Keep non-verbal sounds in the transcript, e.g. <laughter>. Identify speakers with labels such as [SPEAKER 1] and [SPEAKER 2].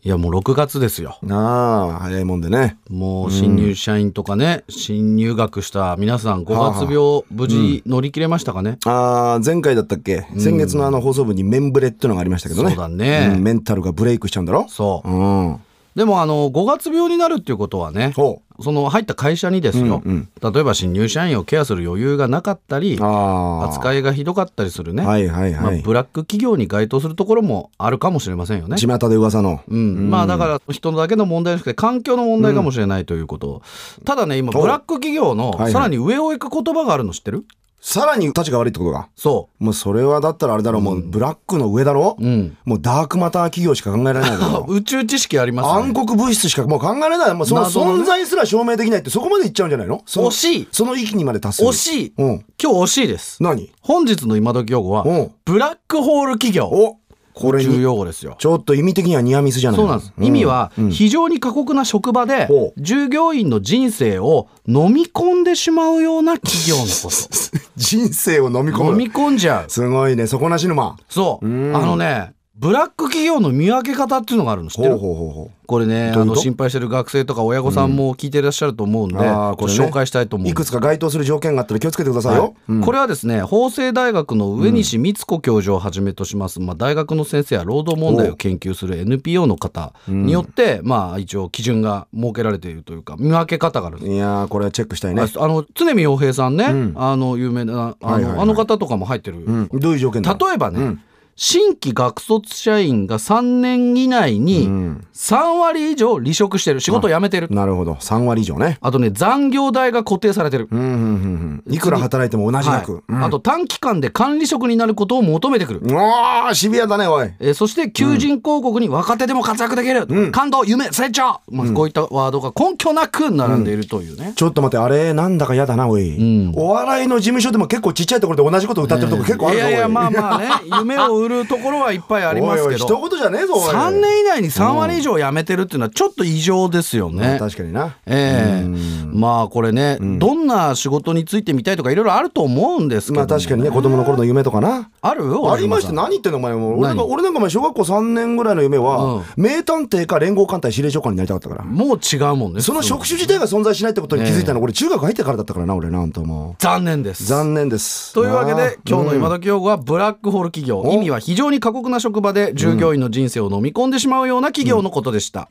[SPEAKER 1] いやもう6月ですよ。
[SPEAKER 2] ああ、早いもんでね。
[SPEAKER 1] もう新入社員とかね、新入学した皆さん、5月病、無事乗り切れましたかね。
[SPEAKER 2] ああ、前回だったっけ先月のあの放送部にメンブレっていうのがありましたけどね。
[SPEAKER 1] そうだね
[SPEAKER 2] んメンタルがブレイクしちゃうんだろ
[SPEAKER 1] そう
[SPEAKER 2] う。ん。
[SPEAKER 1] でもあの、5月病になるっていうことはね、
[SPEAKER 2] ほ
[SPEAKER 1] その入った会社にですよ、例えば新入社員をケアする余裕がなかったり
[SPEAKER 2] う。、ああ。
[SPEAKER 1] 扱いがひどかったりするね、
[SPEAKER 2] はいはいは
[SPEAKER 1] まあ、
[SPEAKER 2] い。
[SPEAKER 1] ブラック企業に該当するところもあるかもしれませんよね。
[SPEAKER 2] 巷で噂の。
[SPEAKER 1] うん、まあだから人だけの問題じゃなくて環境の問題かもしれないということ、ただね今ブラック企業の
[SPEAKER 2] いはい
[SPEAKER 1] さらに上を行く言葉があるの知ってる、
[SPEAKER 2] さらに立ちが悪いってことが。
[SPEAKER 1] そ
[SPEAKER 2] もうそれはだったらあれだろう、もうブラックの上だろ
[SPEAKER 1] う、うん、
[SPEAKER 2] もうダークマター企業しか考えられないだ
[SPEAKER 1] <laughs>
[SPEAKER 2] ろ
[SPEAKER 1] 宇宙知識あります
[SPEAKER 2] 暗
[SPEAKER 1] ね
[SPEAKER 2] 黒物質しかもう考えられない。もうその
[SPEAKER 1] 謎のね
[SPEAKER 2] 存在すら証明できないってそこまでいっちゃうんじゃないのその
[SPEAKER 1] 惜しい
[SPEAKER 2] その域にまで達する。
[SPEAKER 1] 惜しい、
[SPEAKER 2] うん。
[SPEAKER 1] 今日惜しいです
[SPEAKER 2] 何
[SPEAKER 1] 本日の今時用語は
[SPEAKER 2] うん
[SPEAKER 1] ブラックホール企業
[SPEAKER 2] おこれ
[SPEAKER 1] 宇宙
[SPEAKER 2] に、
[SPEAKER 1] 用語ですよ
[SPEAKER 2] ちょっと意味的にはニアミスじゃない
[SPEAKER 1] そうなんです、意味は非常に過酷な職場で、
[SPEAKER 2] ほう
[SPEAKER 1] 従業員の人生を飲み込んでしまうような企業のこ
[SPEAKER 2] <laughs> 人生を飲み
[SPEAKER 1] と
[SPEAKER 2] 込
[SPEAKER 1] 飲
[SPEAKER 2] む
[SPEAKER 1] み込んじゃう
[SPEAKER 2] すごいね底なし沼
[SPEAKER 1] そうあのねブラック企業の見分け方っていうのがあるの知っ
[SPEAKER 2] ほ
[SPEAKER 1] て
[SPEAKER 2] う
[SPEAKER 1] る
[SPEAKER 2] ほうほうほ
[SPEAKER 1] これね
[SPEAKER 2] どう
[SPEAKER 1] あ
[SPEAKER 2] いうこ
[SPEAKER 1] の
[SPEAKER 2] と
[SPEAKER 1] 心配してる学生とか親御さんも聞いてらっしゃると思うんで、
[SPEAKER 2] あー
[SPEAKER 1] こ
[SPEAKER 2] こ
[SPEAKER 1] う
[SPEAKER 2] れね
[SPEAKER 1] 紹介したいと思
[SPEAKER 2] う
[SPEAKER 1] う
[SPEAKER 2] いくつか該当する条件があったら気をつけてくださいよ、
[SPEAKER 1] はいこれはですね法政大学の上西光子教授をはじめとします、まあ、大学の先生や労働問題を研究する NPO の方によって、まあ、一応基準が設けられているというか見分け方があるんです
[SPEAKER 2] いやーこれはチェックしたいね
[SPEAKER 1] あ、あの常見洋平さんね、あの有名なあの,、
[SPEAKER 2] はいはいはい
[SPEAKER 1] あの方とかも入ってる、
[SPEAKER 2] うん、どういう条件だ
[SPEAKER 1] 例えばね、新規学卒社員が3年以内に3割以上離職してる仕事を辞めてる
[SPEAKER 2] なるほど3割以上ね
[SPEAKER 1] あとね残業代が固定されてる、
[SPEAKER 2] うんうんうんうんいくら働いても同じ
[SPEAKER 1] はい
[SPEAKER 2] 額、
[SPEAKER 1] あと短期間で管理職になることを求めてくる、
[SPEAKER 2] うわーシビアだねおい
[SPEAKER 1] えーそして求人広告に若手でも活躍できる、感動夢成長、まあ、こういったワードが根拠なく並んでいるというね、
[SPEAKER 2] ちょっと待ってあれなんだか嫌だなおい、お笑いの事務所でも結構ちっちゃいところで同じこと歌ってるとこ結構あ
[SPEAKER 1] い
[SPEAKER 2] るぞ、
[SPEAKER 1] や
[SPEAKER 2] お
[SPEAKER 1] いやまあ
[SPEAKER 2] あ <laughs>
[SPEAKER 1] まあね夢を売るところはいっぱいありますけど
[SPEAKER 2] おいおい一言じゃねえ <laughs> ぞおい
[SPEAKER 1] 3年以内に3割以上辞めてるっていうのはちょっと異常ですよね。
[SPEAKER 2] 確かにな
[SPEAKER 1] ええまあこれね、どんな仕事についてみたいとかいろいろあると思うんですけど、
[SPEAKER 2] まあ確かにね子供の頃の夢とかな
[SPEAKER 1] ある
[SPEAKER 2] ありまし
[SPEAKER 1] 小島
[SPEAKER 2] た
[SPEAKER 1] さん
[SPEAKER 2] 何言ってんのお前もう俺なんか
[SPEAKER 1] 何
[SPEAKER 2] 俺なんか前小学校3年ぐらいの夢は、名探偵か連合艦隊司令長官になりたかったから
[SPEAKER 1] もう違うもんね
[SPEAKER 2] その職種自体が存在しないってことに気づいたの、俺中学入ってからだったからな俺なんとも
[SPEAKER 1] 残念です
[SPEAKER 2] 残念です
[SPEAKER 1] というわけ
[SPEAKER 2] なあ
[SPEAKER 1] で今日の今時用語はブラックホール企業、意味は非常に過酷な職場で従業員の人生を飲み込んでしまうような企業のことでした、